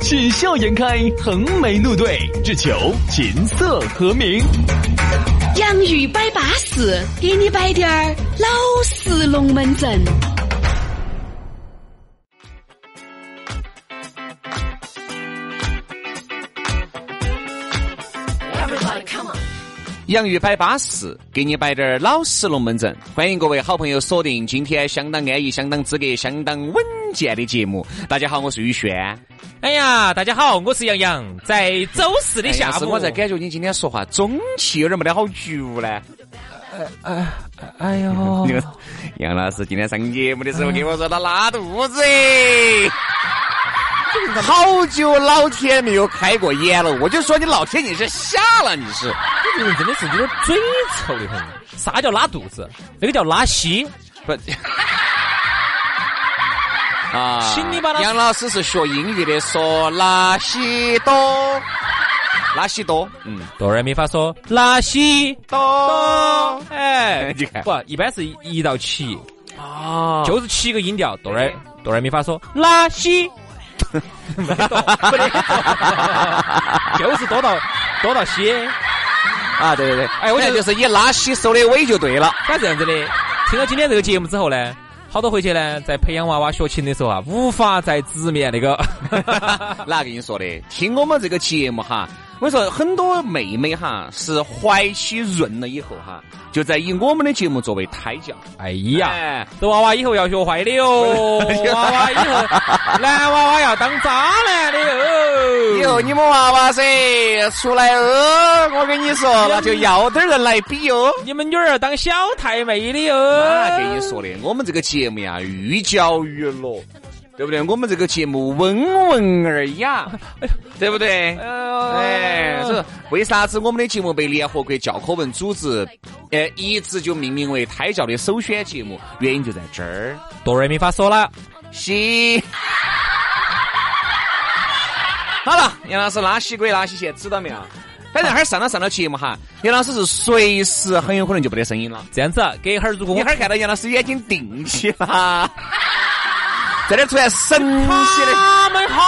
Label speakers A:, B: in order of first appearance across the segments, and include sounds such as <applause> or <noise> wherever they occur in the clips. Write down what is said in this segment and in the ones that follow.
A: 喜笑颜开，横眉怒对，只求琴瑟和鸣。
B: 洋芋摆巴士，给你摆点儿老式龙门阵。
C: 洋芋摆巴适，给你摆点儿老实龙门阵。欢迎各位好朋友锁定今天相当安逸、相当资格、相当稳健的节目。大家好，我是宇轩。
D: 哎呀，大家好，我是杨洋，在周四的下
C: 哎
D: 午，
C: 是我在感觉你今天说话中气有点没得好足呢。
D: <laughs>
A: 哎呦
C: 你，看杨老师今天上节目的时候给我说他拉肚子，好久老天没有开过眼了。我就说你老天你是瞎了，你是。
D: 这个人真的是有点嘴臭的很。啥叫拉肚子？那个叫拉稀。
C: 不。 <laughs> 啊，
D: 请你把它
C: 杨老师是学英语的，说拉西多，拉西多，嗯，
D: 哆来咪发嗦，拉稀。
C: 多，
D: 哎，
C: 你看
D: 不，一般是一到七，
C: 啊，
D: 就是七个音调。哆来哆来咪发嗦，拉稀。没懂，没得懂 <laughs> 就是多到多到些，
C: 啊，对对对，哎，
D: 我
C: 我
D: 觉
C: 觉
D: 得
C: 得就是以拉西收的尾就对了， <laughs>
D: 反正这样子的。听到今天这个节目之后呢，好多回去呢，在培养娃娃学琴的时候啊，无法再直面那个。 <laughs>
C: 哪跟你说的？听我们这个节目哈，我跟你说很多妹妹哈是怀起润了以后哈，就在以我们的节目作为胎教，
D: 哎呀。
C: 哎
D: 这娃娃以后要学坏的哟，娃娃以后男娃娃要当渣男的哟。
C: 以后你们娃娃噻出来哦，我跟你说，那就要点儿人来比哦。
D: 你们女儿当小太妹的哟。
C: 哪啊跟你说的？我们这个节目呀，寓教于乐，对不对？我们这个节目温文尔雅，对不对？哎，
D: 哎，
C: 这为啥子我们的节目被联合国教科文组织，呃，一直就命名为胎教的首选节目？原因就在这儿。
D: 哆来咪发嗦啦，
C: 西。 <laughs> 好了，杨老师拉西归拉西线，知道没有？反正哈儿上了上了节目哈，杨老师是随时很有可能就没得声音了。
D: 这样子，隔一会儿如果
C: 你
D: 我
C: 哈儿看到杨老师眼睛定起
D: <laughs>
C: 了，在那儿出来神气
D: <laughs>
C: 的
D: 他们好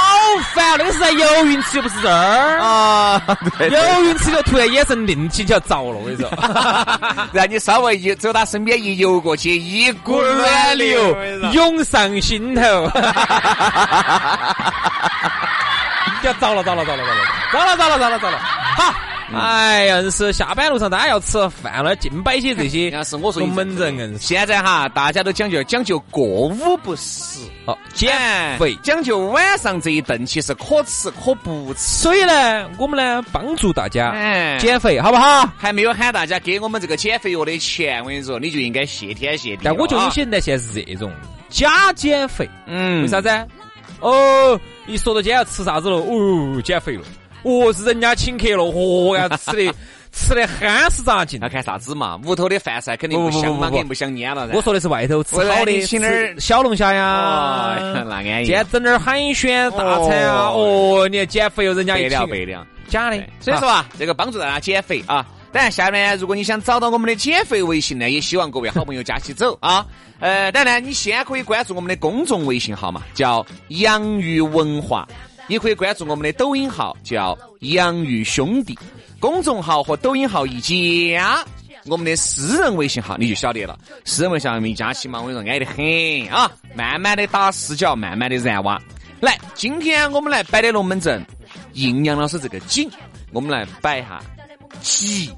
D: 烦，那个是在游泳池，又不是这儿。
C: 啊，对对 <laughs>
D: 游泳池就突然眼神定起就要着了，我 <laughs> 跟你说。
C: 让你稍微一走到身边一游过去，一股暖流。。
D: 涌上心 <laughs> 头。要糟了，糟了，糟了，糟了，糟了，糟了，糟了，糟了。好，哎呀，硬是下班路上大家要吃饭了，尽摆些这 <laughs> 些
C: 杨是我说一
D: 龙
C: 直
D: 门阵硬是
C: 现在哈，大家都讲究讲究过午不食。
D: 哦，减肥。
C: 讲究晚上这一顿，其实可吃可不吃。
D: 所以呢，我们呢帮助大家
C: 哎，
D: 减肥，好不好？
C: 还没有喊大家给我们这个减肥药的钱，我跟你说，你就应该谢天谢地了
D: 但
C: 啊。
D: 我觉得有些人呢现在是这种假减肥，
C: 嗯，
D: 为啥子？哦，一说到今天要吃啥子了，哦，减肥了。哦，是人家请客了，哦呀，吃的吃的憨是咋劲
C: 要？看啥子嘛？屋头的饭菜肯定
D: 不
C: 不
D: 不不
C: 香
D: 不
C: 嘛，
D: 不
C: 肯定不想腌了噻。
D: 我说的是外头吃
C: 我来
D: 好的，
C: 你请点儿
D: 吃小龙虾呀
C: 哦， <laughs> 那安
D: 今
C: 逸，
D: 天整点儿海鲜大餐啊，
C: 哦
D: 哦，你看减肥又人家
C: 白
D: 一
C: 了
D: 请
C: 白了。
D: 假的
C: 对，所以说啊，这个帮助大家减肥啊。当然，下面呢如果你想找到我们的减肥微信呢，也希望各位好朋友加起走啊。 <laughs> 呃，当然呢，你先可以关注我们的公众微信号嘛，叫“洋芋文化”，也可以关注我们的抖音号，叫“洋芋兄弟”。公众号和抖音号一加，我们的私人微信号你就晓得了。私人微信号一加起嘛，我跟你说安逸得很啊，慢慢的打死角，慢慢的燃哇。来，今天我们来摆的龙门阵，应杨老师这个景，我们来摆一下急。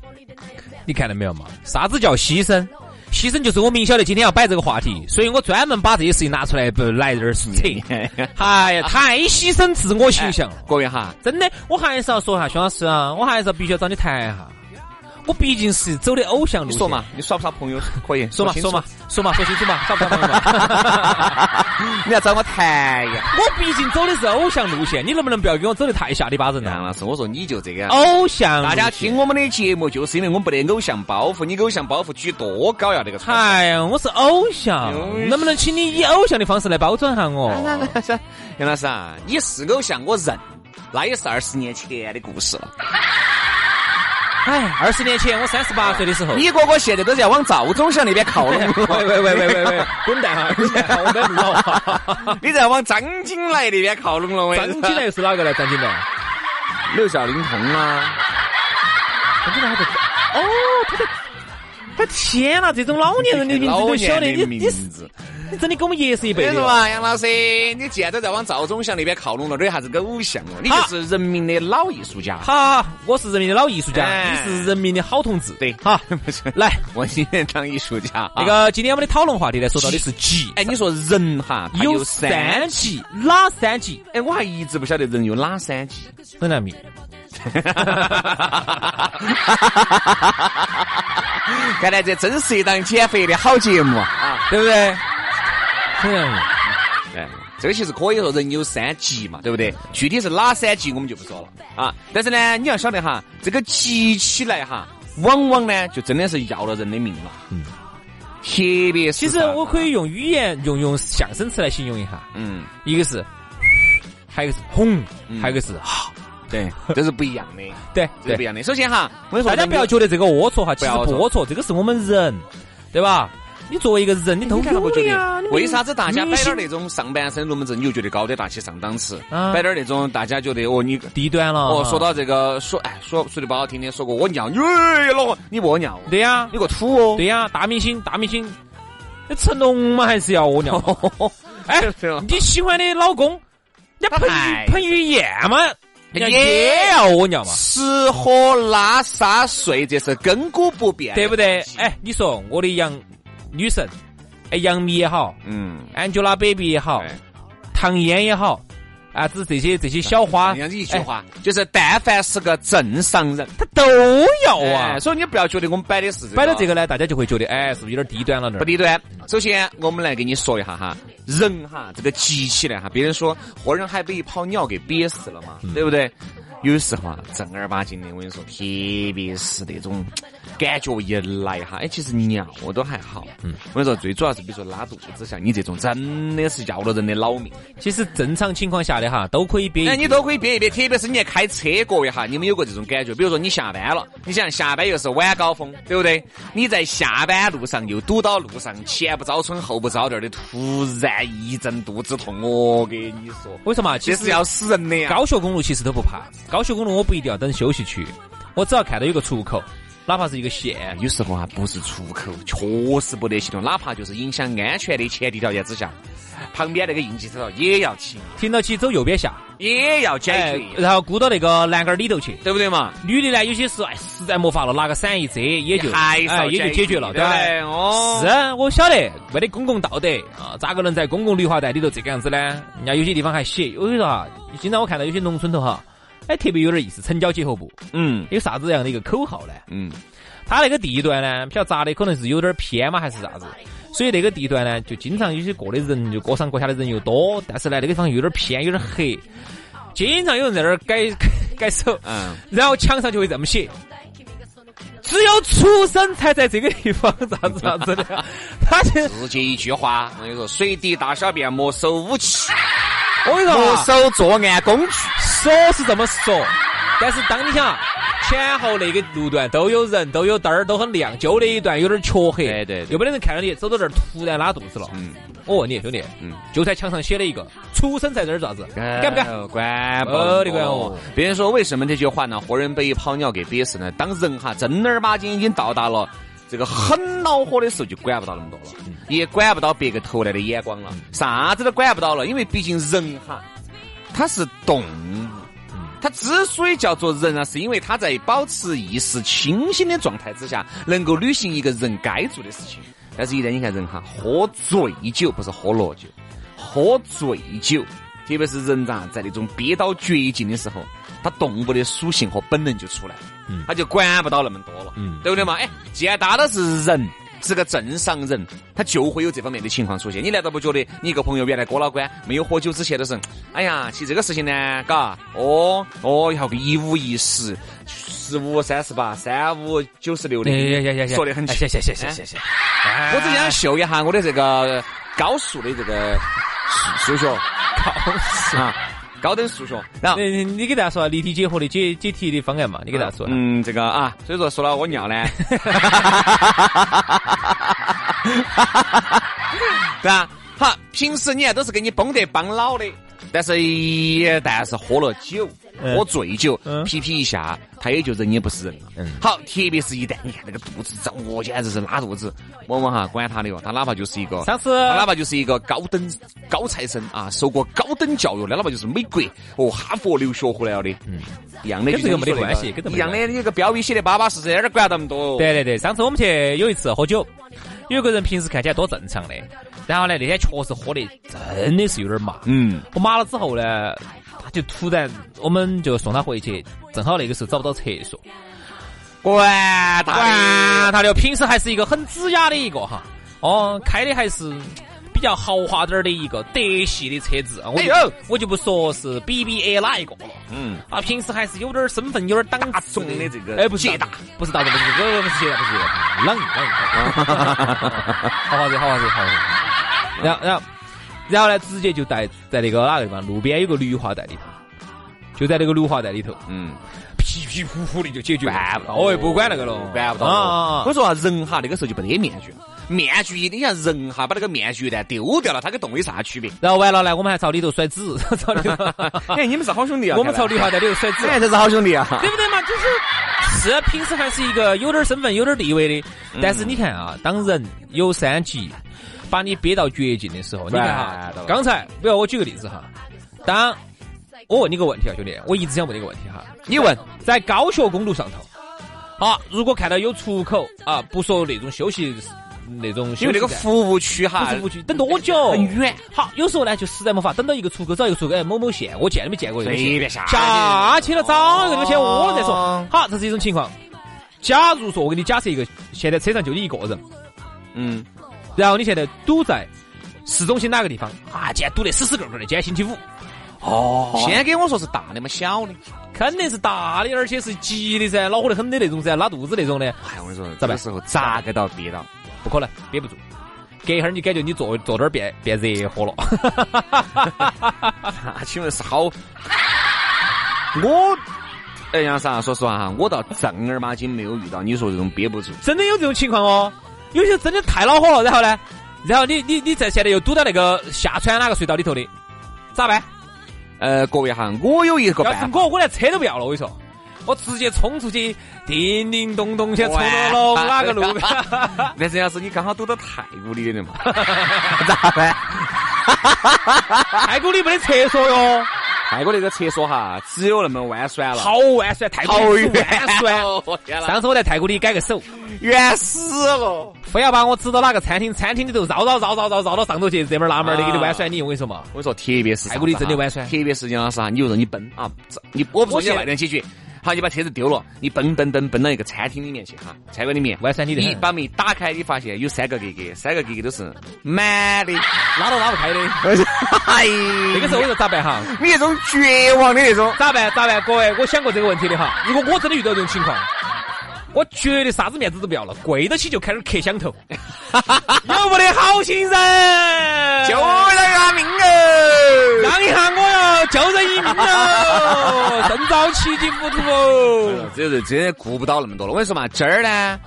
D: 你看到没有嘛？啥子叫牺牲？牺牲就是我明晓得今天要摆这个话题，所以我专门把这些事情拿出来，不来这儿扯。 <laughs> 哎呀，太牺牲自我形象了，
C: 各位哈，
D: 真的，我还是要说一下，熊老师啊，我还是要必须要找你谈一下。我毕竟是走的偶像路
C: 你
D: 线。
C: 说嘛，你耍不耍朋友？可以
D: 说嘛
C: 清
D: 说
C: 楚
D: 嘛，说嘛说清楚嘛，耍不耍朋友嘛？
C: <laughs>
D: <laughs>
C: 你要找我谈呀。
D: 我毕竟走的是偶像路线，你能不能不要给我走的太下里巴人
C: 杨
D: 了？
C: 老师，我说你就这个。
D: 偶像路
C: 大
D: 线，
C: 家听我们的节目，就是因为我们不得偶像包袱，你偶像包袱举多高呀？这个菜。
D: 哎呀，我是偶像
C: 偶，像
D: 能不能请你以偶像的方式来包装下我？
C: <laughs> 杨老师啊，你是偶像，我认，那也是二十年前的故事了。
D: 哎，二十年前我三十八岁的时候，
C: 你哥哥现在都是要往赵忠祥那边靠了。
D: 哦 <laughs> 喂喂喂喂喂喂，滚蛋 <laughs> 哈！滚蛋哈！我们老哈。
C: 你在往张金来那边靠拢了喂。
D: 张金来又是哪个呢？张金来，
C: 六小龄童啊，
D: 张金来还在。哦，他在。他天呐，这种老年人的名字哎
C: 老
D: 都晓
C: 年
D: 得，你
C: 的
D: 你
C: 名
D: 你
C: 字。
D: 你真的跟我们爷是一
C: 所
D: 辈
C: 以
D: 的
C: 说
D: 哟。
C: 嘛，杨老师，你既然都在往赵忠祥那边靠拢了，这有啥子偶像哦？你就是人民的老艺术家。
D: 好，好我是人民的老艺术家，
C: 哎
D: 你是人民的好同志。
C: 对
D: 好，
C: 不是
D: 来，
C: 我今天当艺术家。
D: 那，个今天我们的讨论话题呢，说到的是急，
C: 哎，你说人哈，他
D: 有
C: 三
D: 三，急，哪三急？
C: 哎，我还一直不晓得人有哪三级。
D: 很难明。
C: 看来这真是一档减肥的好节目啊！
D: 对不对？很难明。
C: 哎，这个其实可以说人有三急嘛，对不对？具体是哪三急我们就不说了啊。但是呢，你要晓得哈，这个急起来哈，往往呢就真的是要了人的命了。嗯，特别是
D: 其实
C: 哈
D: 我可以用语言用用象声词来形容一下，
C: 嗯，
D: 一个是，还有一个是轰，还有一个是哈。
C: 对，这是不一样的，
D: 对
C: 嗯这是不一
D: 对，
C: 样的。首先哈，我跟你说，
D: 大家不要觉得这个龌龊哈，其实
C: 不要
D: 不龌龊，这个是我们人，对吧？你作为一个人，哎你都
C: 看到
D: 有
C: 不觉
D: 的呀。
C: 得？
D: 啊你
C: 为啥子大家摆点
D: 明
C: 儿那
D: 星
C: 种上半身龙门阵，你就觉得高端大气上档次？
D: 啊
C: 摆点儿那种大家觉得哦，你
D: 低端了？
C: 哦，说到这个说哎说说的不好听的，说过我尿，你哎老王你不屙尿，
D: 对呀
C: 你，个土哦，
D: 对呀，大明星大明星，那成龙嘛还是要我
C: <laughs>
D: 尿。哎，你喜欢的老公，人家
C: 哎
D: 彭于彭于晏嘛，人家
C: 也
D: 也要我尿嘛。
C: 吃喝拉撒睡，这是亘古不变，
D: 对不对？哎，，你说我的杨女神，哎，杨幂也好
C: 嗯，
D: ，Angelababy 也好，
C: 哎
D: 唐嫣也好，啊，只这些这些小花
C: 这，样子一句话，
D: 哎
C: 就是但凡是个正常人，
D: 她都要啊
C: 哎。所以你不要觉得我们摆的是
D: 摆到这个呢，大家就会觉得，哎，是不是有点低端了点
C: 不
D: 儿？
C: 低端。首先，我们来给你说一下哈，人哈这个急起来哈，别人说活人还被一泡尿给憋死了
D: 嗯
C: 嘛，对不对？有时候啊，正儿八经的，我跟你说，特别是那种感觉一来哈，哎，其实尿都还好。嗯，我跟你说，最主要是比如说拉肚子，像你这种真的是要了人的老命。
D: 其实正常情况下的哈，都可以憋一
C: 哎，
D: 憋。
C: 你都可以憋一憋，特别是你还开车过一下，你们有过这种感觉？比如说你下班了，你想下班又是晚高峰，对不对？你在下班路上又堵到路上，前不着村后不着店的，突然一阵肚子痛，我跟你说，
D: 为什么？其
C: 这是
D: 实
C: 要死啊人的呀！
D: 高速公路其实都不怕，高速公路我不一定要等休息区，我只要看到有个出口，哪怕是一个线，
C: 有时候啊，不是出口，确实不得行动，哪怕就是影响安全的前提条件之下，旁边那个应急车道也要清，
D: 停到起走右边下，
C: 也要
D: 哎
C: 解，决，
D: 然后箍到那个栏杆儿里头去。
C: 对不对嘛？
D: 女的呢，有些是哎实在没法了，拿个伞一遮也就
C: 还是要
D: 哎也就解决了，
C: 对不
D: 吧？
C: 对？哦，
D: 是啊，我晓得没得公共道德啊，咋个能在公共绿化带里头这个样子呢？人家有些地方还写，我跟你说哈，经常我看到有些农村头哈，哎，特别有点意思，城郊结合部
C: 嗯
D: 有啥子样的一个口号呢？
C: 嗯，
D: 它那个地段呢，比较咋的，可能是有点偏嘛，还是啥子？所以那个地段呢，就经常有些过的人，就各上各下的人又多，但是呢，那个地方又有点偏，有点黑，经常有人在那儿改 <laughs> 改手，
C: 嗯，
D: 然后墙上就会这么写：只有畜生才在这个地方，啥子啥子的。 <laughs> 他就
C: 直接一句话，我跟你说，随地大小便没收武器，
D: 我跟你说
C: 没
D: 啊，
C: 收作案工具。
D: 说是这么说，但是当你想啊前后那个路段都有人，都有灯儿，都很亮，就那一段有点缺黑，
C: 对对对
D: 又没得人看到你，走到这儿突然拉肚子了。
C: 嗯
D: 我问你，兄弟，
C: 嗯，啊
D: 就在墙上写了一个“畜生在这儿”咋子？敢不敢？？
C: 管不
D: 哦你管我。
C: 别人说为什么这句话呢？活人被一泡尿给憋死呢？当人哈正儿八经已经到达了。这个很恼火的时候就管不到那么多了，
D: 嗯
C: 也管不到别个投来的眼光了，啥子都管不到了，因为毕竟人哈，它是动物，它之所以叫做人啊，是因为它在保持意识清醒的状态之下，能够履行一个人该做的事情。但是，一旦你看人哈，喝醉酒不是喝落酒，喝醉酒，特别是人啊，在那种憋到绝境的时候，它动物的属性和本能就出来了，
D: 嗯
C: 它就管不到那么多了，
D: 嗯
C: 对不对嘛？哎，既然搭的是人，是个正常人，他就会有这方面的情况出现。你难道不觉得你一个朋友原来哥老倌没有喝酒之前都是，哎呀，其实这个事情呢，嘎，哦哦，然后个一五一十，十五三十八，三五九十
D: 哎
C: 六的，说的很清啊
D: 谢谢谢谢谢谢。哎
C: 我只想秀一下我的这个高数的这个数
D: <laughs>
C: 数学啊，高等数学。然后，
D: 你你给大家说立体解合的解解题的方案嘛？你给大家说。
C: 嗯，这个啊，所以说说了我尿呢，对啊，好，平时你看都是给你崩得帮老的，但是一旦是喝了酒，
D: 嗯
C: 喝醉酒
D: 嗯，
C: 批评一下，他也就人也不是人了。好，特别是一旦你看那个肚子胀，我简直是拉肚子，我们哈管他的哟，哦他哪怕就是一个
D: 上次
C: 他哪怕就是一个高等高材生啊，受过高等教育，那哪怕就是美国哦哈佛留学回来了的，嗯，一样的，
D: 跟这个没得
C: 就像你说的
D: 关系跟这
C: 一
D: 没
C: 样的，你这个标语写的巴巴适适，哪儿管那么多？
D: 对对对，上次我们去有一次喝酒，有个人平时看起来多正常的，然后呢那天确实喝的真的是有点麻。
C: 嗯，
D: 我麻了之后呢，他就突然我们就送他回去，正好那个时候找不到厕所，
C: 管
D: 管
C: 他的，
D: 他的，平时还是一个很子雅的一个哈，哦，开的还是比较豪华点儿的一个德系的车子，啊我就、
C: 哎呦
D: 我就不说是 BBA 哪一个了，
C: 嗯，
D: 啊，平时还是有点儿身份，有点儿档
C: 大
D: 次
C: 众的这个
D: 哎，不是
C: 捷达，
D: 不是大众，不是呃不是不是捷达，不是捷达，朗逸朗逸，好华子好华子好华子，然后然后然后呢，直接就在在那个哪个地方，路边有个绿化带里头，就在那个绿化带里头。
C: 嗯，
D: 皮皮呼呼的就解决
C: 管不到
D: 哦，也不管那个了，
C: 管不到。
D: 啊
C: 我！说嗯啊，人哈那个时候就没得面具了，面具一，你像人哈把那个面具一旦丢掉了，他跟动物有啥区别？
D: 然后完了呢，我们还朝里头甩纸， <laughs> 朝里
C: <laughs>
D: 头，
C: 哎，你们是好兄弟啊！
D: 我们
C: 看
D: 朝
C: 来
D: 绿化带里头甩纸，
C: 哎，这是好兄弟啊！
D: 对不对嘛？就是是平时还是一个有点身份、有点地位的，
C: 嗯
D: 但是你看啊，当人有三急，把你憋到绝境的时候，你看哈
C: 哎懂，了
D: 刚才比如我举个例子哈，当我问你个问题啊，兄弟，我一直想问你个问题哈，
C: 你问，
D: 在高速公路上头。啊，如果看到有出口啊，不说那种休息那种休息站，
C: 因为那个服务区哈
D: 不是，不去，等多久？
C: 很远。
D: 好，有时候呢就实在没法，等到一个出口找一个出口，哎，某某县，我见都没见过这个
C: 随
D: 县
C: 便下
D: 下去了，找一个地方先窝了再说
C: 哦。
D: 好，这是一种情况。假如说我给你假设一个，现在车上就你一个人，
C: 嗯，
D: 然后你现在堵在市中心哪个地方啊？今天堵得死死个个的，今天星期五，
C: 先给我说是大的嘛，小的。
D: 肯定是大的，而且是急的噻，恼火得很的那种噻，拉肚子那种的，
C: 哎，我跟你说，
D: 咋
C: 这
D: 办
C: 个时候咋个到地道？
D: 不可能憋不住。隔一会儿你感觉你坐坐这儿变变热和了， <laughs>
C: 啊，请问是好？ <laughs> 我，哎，杨啥？说实话哈，我到正儿八经没有遇到你说这种憋不住。
D: 真的有这种情况哦。有些真的太恼火了，然后呢，然后你你你在现在又堵到那个下川哪个隧道里头的，咋办？
C: 呃，各位哈，我有一个
D: 要
C: 办
D: 是
C: 法，
D: 我，我连车都不要了，我跟你说，我直接冲出去，叮叮咚咚先冲到楼
C: 哇
D: 哪个路？
C: <laughs> 但是要是你刚好堵到太古里的嘛，
D: <laughs>
C: 咋办？
D: 太古里没得厕所哟，
C: 泰国那个厕所哈，只有那么弯酸了，
D: 好啊弯酸，太古里是弯
C: <laughs>
D: 酸。
C: 哦！我天哪，
D: 上次我在太古里改个手，
C: 冤死了！
D: 非要把我指到哪个餐厅，餐厅里头绕绕绕绕绕绕到上头去，这门儿那门儿的
C: 啊
D: 给你弯酸你，我跟你说嘛，
C: 我跟你说，特别是
D: 太古里真的
C: 晚
D: 弯
C: 上
D: 酸
C: 特别是杨老师啊，你就说你奔啊，这你我不说你
D: 我现在
C: 外头解决，好，你把车子丢了，你奔奔奔奔到一个餐厅里面去哈，餐馆里面，
D: 弯酸你的
C: 你
D: 很
C: 把门一打开，你发现有三个格格，三个格格都是满的，
D: 拉都拉不开的。
C: 哎，
D: 那个时候我说咋办哈？
C: 你那种绝望的那种，
D: 咋办？咋办？各位，我想过这个问题的哈。如果我真的遇到这种情况，我绝对啥子面子都不要了，跪到起就开始磕响头， <laughs> 有没得好心人？
C: 救了个命哦！
D: 让一下我哟，救人一命哦，身遭七级浮屠哦。
C: 这人真的顾不到那么多了。我跟你说嘛，今
D: <laughs>
C: 儿呢，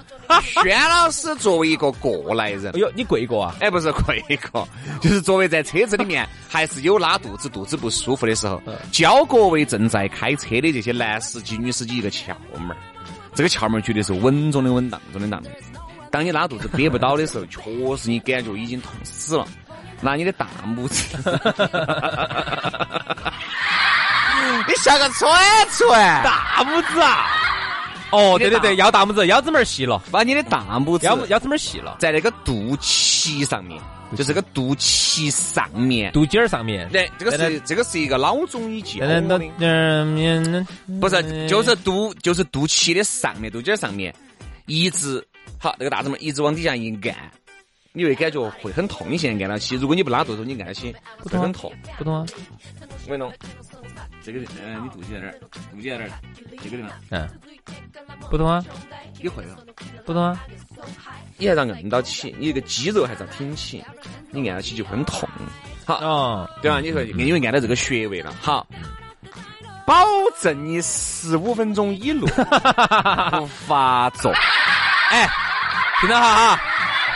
C: 轩老师作为一个过来人
D: 哎，呦，你跪过啊？
C: 哎，不是跪过，就是作为在车子里面还是有拉肚子、肚子不舒服的时候，教各位正在开车的这些男司机、女司机一个窍门儿。这个窍门儿绝对是稳中的稳，当中的当。当你拉肚子憋不到的时候，确实你感觉已经痛死了，拿你的大拇指，你像个铲铲，
D: 大拇指啊！哦，对对对，腰大拇指，腰子门儿细了，
C: 把你的大拇指
D: 腰拇腰子门儿细了。
C: 在那个肚脐上面就是个肚脐上面。
D: 肚尖儿上面。
C: 对，这个
D: 但
C: 是这个是一个老中医教
D: 但
C: 我
D: 到
C: 的，
D: 嗯，
C: 不是，就是肚就是肚脐的上面，肚脐儿上面，一直好那个大指拇一直往底下一按，你会感觉会很痛。你现在按到起，如果你不拉肚子，你按到起会很痛。
D: 不懂啊？
C: 我跟你弄，这个嗯、你肚脐在这儿，肚脐在这儿，这个地方
D: 嗯，不懂啊？
C: 你会了，
D: 不懂啊？
C: 你还要按到起，你这个肌肉还是要挺起，你按到起就会很痛。好，
D: 哦，
C: 对啊吧？你说因为按到这个穴位了，好，保证你十五分钟以 <laughs> 内不发作。
D: 哎，听到哈哈，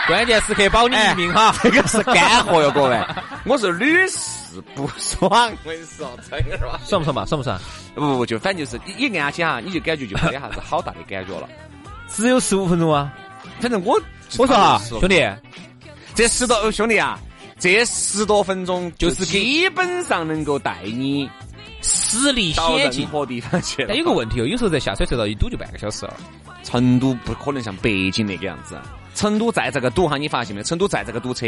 D: 关键时刻保你一命哈。
C: 哎这个是干货哟，各位， <laughs> 我是屡试不爽。我跟你说，真的是吧？
D: 爽不爽嘛？爽不爽？
C: 不不不，就反正就是一一按起哈，你就感觉就没得啥子好大的感觉了。
D: 只有十五分钟啊！
C: 反正我啊
D: 我说哈，
C: 是
D: 兄弟，
C: 这十多、哦兄弟啊，这十多分钟就是基本上能够带你
D: 实力
C: 到
D: 险
C: 任
D: 境。
C: 何地方去了
D: 但。有个问题哦，有时候在下水隧道一堵就半个小时了。
C: 成都不可能像北京那个样子，啊成都再这个堵哈，你发现没？成都再这个堵车，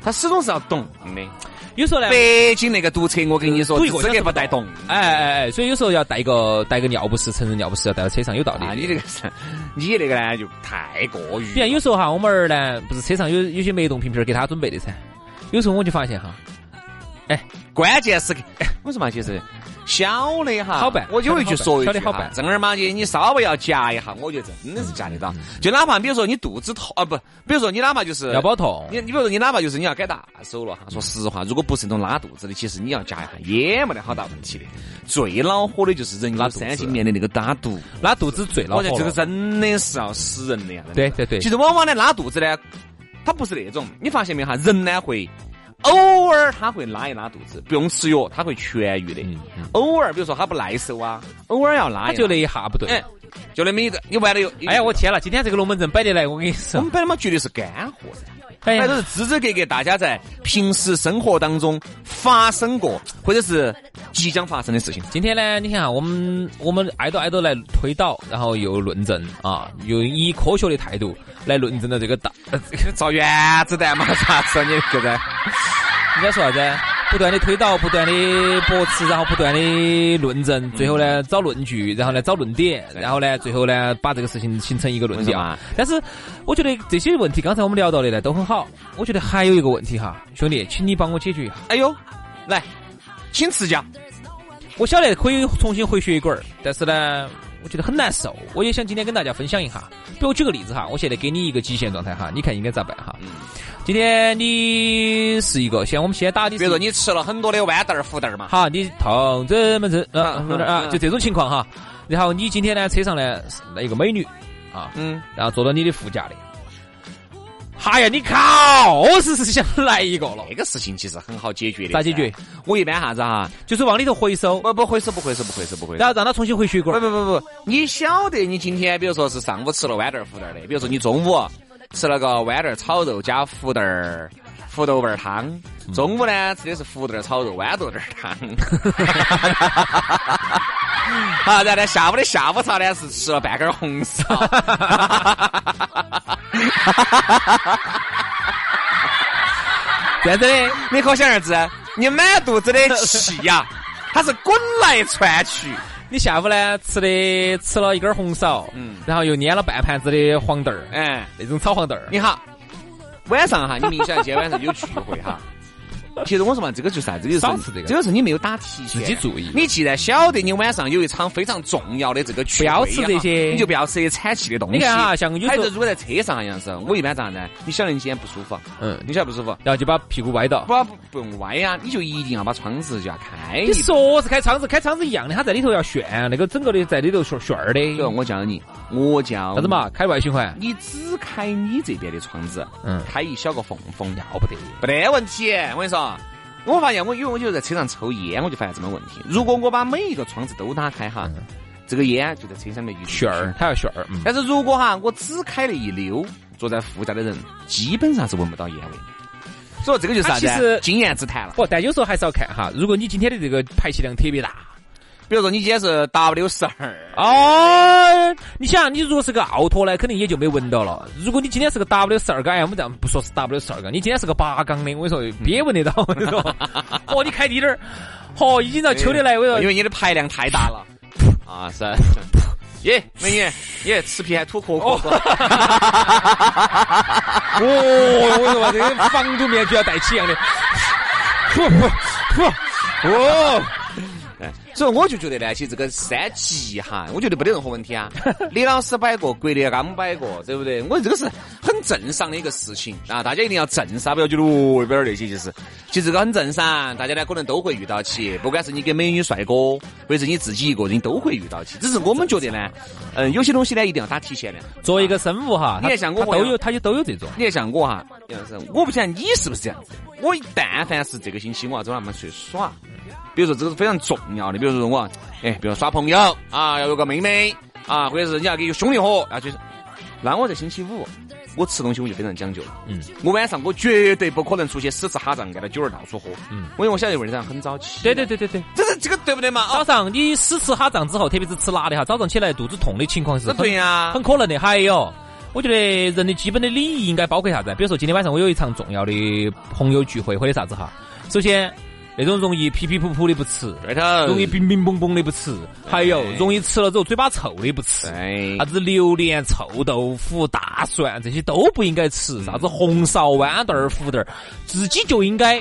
C: 它始终是要动的。
D: 有时候呢，
C: 北京那个堵车，我跟你说，
D: 堵一个
C: 资
D: 小时
C: 格
D: 不
C: 不带动。
D: 哎哎哎，所以有时候要带一个带一个尿不湿，成人尿不湿要带到车上，有道理。
C: 啊，你这个是，你那个呢就太过于
D: 比如有时候哈，我们儿呢，不是车上有有些梅冻瓶瓶儿给他准备的噻。有时候我就发现哈，
C: 关键时刻。哎我说嘛，其实小的哈，
D: 好办
C: 我有一句说一
D: 小
C: 句
D: 的
C: 哈，
D: 好办
C: 正儿八经，你稍微要夹一下，我觉得真的是夹得
D: 嗯
C: 到。就哪怕比如说你肚子痛啊，不，比如说你哪怕就是
D: 腰包痛，
C: 你你比如说你哪怕就是你要改大手了哈，说实话，如果不是那种拉肚子的，其实你要夹一下也没得好大问题的。最恼火的就是人有
D: 肚子
C: 三斤面的那个打肚，
D: 拉肚子最恼
C: 我
D: 火
C: 觉得这个
D: 了。
C: 真的是要死人的呀。真的
D: 对对对
C: 其，实往往呢拉肚子呢，它不是那种，你发现没有哈？人呢会偶尔他会拉一拉肚子，不用吃药，他会痊愈的。
D: 嗯嗯
C: 偶尔比如说他不耐受啊，偶尔要拉
D: 他
C: 一拉
D: 就那一下不对。
C: 哎，就那么一个，你玩的有
D: 哎呀，我天了，今天这个龙门阵摆得来，我跟你
C: 我
D: 说
C: 们，摆的嘛绝对是干货噻。
D: 哎
C: 那都
D: 呀，
C: 是支支格格，大家在平时生活当中发生过，或者是即将发生的事情。 <laughs>
D: 今天呢，你看啊，我们我们爱豆爱豆来推导，然后又论证啊，又以科学的态度来论证了这个大，呃这个
C: 造原子弹嘛，啥子啊？你这个
D: 人家说啥子？不断的推导，不断的驳斥，然后不断的论证，
C: 嗯
D: 最后呢找论据，然后呢找论点，然后呢最后呢把这个事情形成一个论
C: 为什
D: 调
C: 么。啊
D: 但是我觉得这些问题，刚才我们聊到的呢都很好。我觉得还有一个问题哈，兄弟，请你帮我解决一下。
C: 哎呦，来，请赐教。
D: 我晓得可以重新回血管儿，但是呢，我觉得很难受。我也想今天跟大家分享一下。比如我举个例子哈，我现在给你一个极限状态哈，你看应该咋办哈？
C: 嗯
D: 今天你是一个，先我们先打你
C: 比
D: 是
C: 如
D: 一个
C: 说你吃了很多的豌豆儿、胡豆儿嘛，
D: 好，你痛怎么怎啊
C: 嗯
D: 啊，
C: 嗯
D: 就这种情况哈。然后你今天呢，车上呢是来一个美女啊，
C: 嗯，
D: 然后坐到你的副驾的。哎呀，你靠，实是想来一个了，
C: 这个事情其实很好解决的。
D: 咋解决？？
C: 我一般啥子哈，
D: 就是往里头回收，
C: 不不回收，不回收，不回收，不回收
D: 然。后让它重新回血管
C: 不
D: 儿。
C: 不不不，你晓得你今天比如说是上午吃了豌豆儿胡豆儿的，比如说你中午啊吃了个豌豆儿炒肉加胡豆儿胡豆瓣儿汤，中午呢吃的是胡豆儿炒肉豌豆豆儿汤。 <laughs> 好，然后呢，下午的下午茶呢是吃了半根儿红烧。 <laughs>
D: 这样子的，
C: 你可想而知，你满肚子的气呀、它是滚来窜去。
D: 你下午呢吃的吃了一根红苕，嗯
C: 嗯，
D: 然后又捏了半盘子的黄豆儿，
C: 哎，
D: 那种炒黄豆儿。
C: 你好，晚上哈，你明显今天晚上有聚会哈。
D: <laughs>
C: 其实我说嘛，这个就是啥？这个
D: 少
C: 就是
D: 吃这个
C: 这个是你没有打提前，
D: 自己注意
C: 你既然晓得你晚上有一场非常重要的这个聚会哈，
D: 不要吃这些
C: 你就不要吃产气的东西。
D: 你看哈像有时候
C: 还是如果在车上啊好像是，我一般咋呢？你晓得你今天不舒服，
D: 嗯
C: 你晓得不舒服，
D: 然后就把屁股歪到。
C: 不不不用歪呀、你就一定要把窗子就要开一
D: 你
C: 点。
D: 说是开窗子，开窗子一样的，它在里头要炫，那个整个的在里头炫炫儿的。
C: 所以我教你，我教
D: 啥子嘛？开外循环。
C: 你只开你这边的窗子，
D: 嗯
C: 开一小个缝缝，
D: 要不得。
C: 没得问题。我跟你说，我发现我因为我就在车上抽烟，我就发现这么问题。如果我把每一个窗子都打开哈，这个烟就在车上面一直
D: 嗯旋儿，。他要旋儿，嗯，
C: 但是如果哈，我只开了一溜，坐在副驾的人基本上是闻不到烟味。所以这个就是啥子
D: 啊其实
C: 啊？经验之谈了。
D: 不，但有时候还是要看哈。如果你今天的这个排气量特别大， <laughs>
C: 比如说你今天是 W 十二，
D: 哦，你想，你如果是个奥拓呢，肯定也就没闻到了。如果你今天是个 W 十二缸，哎，我们这样不说是 W 十二缸，你今天是个八缸的，我跟你说别闻得到。我跟你
C: <laughs>
D: 说，哦，你开低点儿，哦，已经到秋天来，我跟你
C: 因
D: 说，
C: 为你的排量太大
D: <laughs>
C: 了啊， <laughs> 是。耶，美女，耶，吃皮还吐壳壳。哎
D: 哦，我跟你说，这个防毒面具要戴起一
C: <laughs>
D: 样的。呼呼呼！哦，
C: 所以我就觉得呢，其实这个三级哈，我觉得没得任何问题啊。李老师摆过，国力刚摆过，对不对？我这个是很正常的一个事情啊，大家一定要正常，不要觉得哦，边儿那些就是，其实这个很正常，大家呢可能都会遇到起，不管是你跟美女帅哥，或者是你自己一个人都会遇到起。只是我们觉得呢，嗯，有些东西呢一定要打提前量。
D: 作为一个生物哈，
C: 你也想过
D: 他
C: 我呀
D: 都有，他就都有这种。
C: 你看像我哈，杨老师，我不晓得你是不是这样子。我一但凡是这个星期我要找他们去耍，比如说这个是非常重要的，比如说我，哎，比如耍朋友啊，要有个妹妹啊，或者是你要给有兄弟伙，啊，就是，那我这星期五。我吃东西我就非常讲究了，嗯，我晚上我绝对不可能出去死吃哈胀，干到酒儿到处喝，嗯，因为我晓得为啥很早起，
D: 对对，对对对。
C: 这个这个对不对嘛？啊，
D: 早上你死吃哈胀之后，特别是吃辣的哈，早上起来肚子痛的情况是
C: 那
D: 很
C: 对呀
D: 很可能的。还有，我觉得人的基本的礼仪应该包括啥子？比如说今天晚上我有一场重要的朋友聚会或者啥子哈，首先那种容易皮皮噗噗的不吃，
C: 对头，
D: 容易冰冰崩崩的不吃，还有
C: 对
D: 容易吃了之后嘴巴臭的不吃。
C: 对
D: 啥，子榴莲、臭豆腐、大蒜这些都不应该吃，啥子红苕、豌豆儿、胡豆儿，自己就应该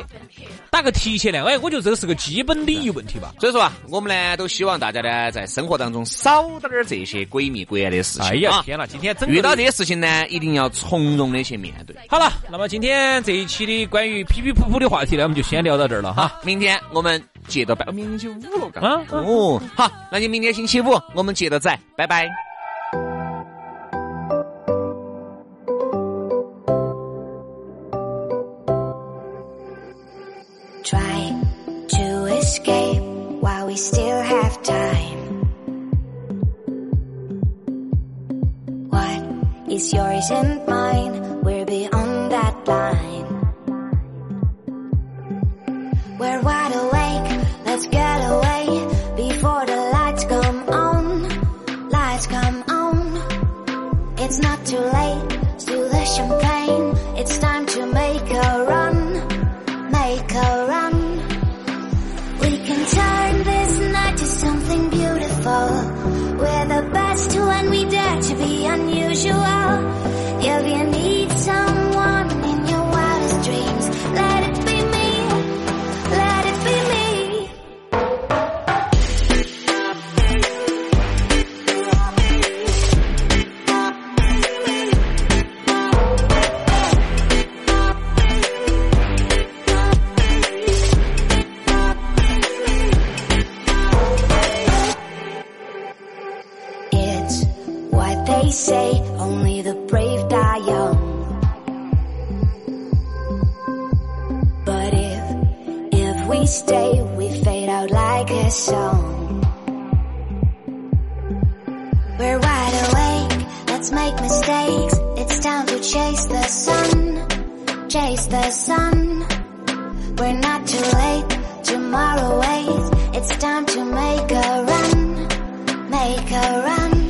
D: 打个提前量。哎，我觉得这个是个基本礼仪问题吧。
C: 所以说啊，我们呢都希望大家呢在生活当中少点儿这些鬼迷鬼眼的事情。
D: 哎呀
C: 啊
D: 天哪！今天整个
C: 遇到这些事情呢，一定要从容的去面对。
D: 好了，那么今天这一期的关于皮皮噗噗的话题呢，我们就先聊到这儿了哈。
C: 明天我们接着拜，哦明天星期五了，嘎
D: 啊啊
C: 哦，好，那就明天星期五我们接着再，拜拜。
E: Try to escape while we still have time. What is yours and mine? We're beyond that line. We're wide awake, let's get away before the lights come on. Lights come on. It's not too late, still the champagne. It's time to make a run make a run. We can turn this night to something beautiful. We're the best when we dare to be unusual. If you need someone in your wildest dreams, let it be me. Let it be me. It's what they say, only the brave die young. But if, if we stay, we fade out like a song. We're wide awake, let's make mistakes. It's time to chase the sun, chase the sun. We're not too late, tomorrow waits. It's time to make a run make a run.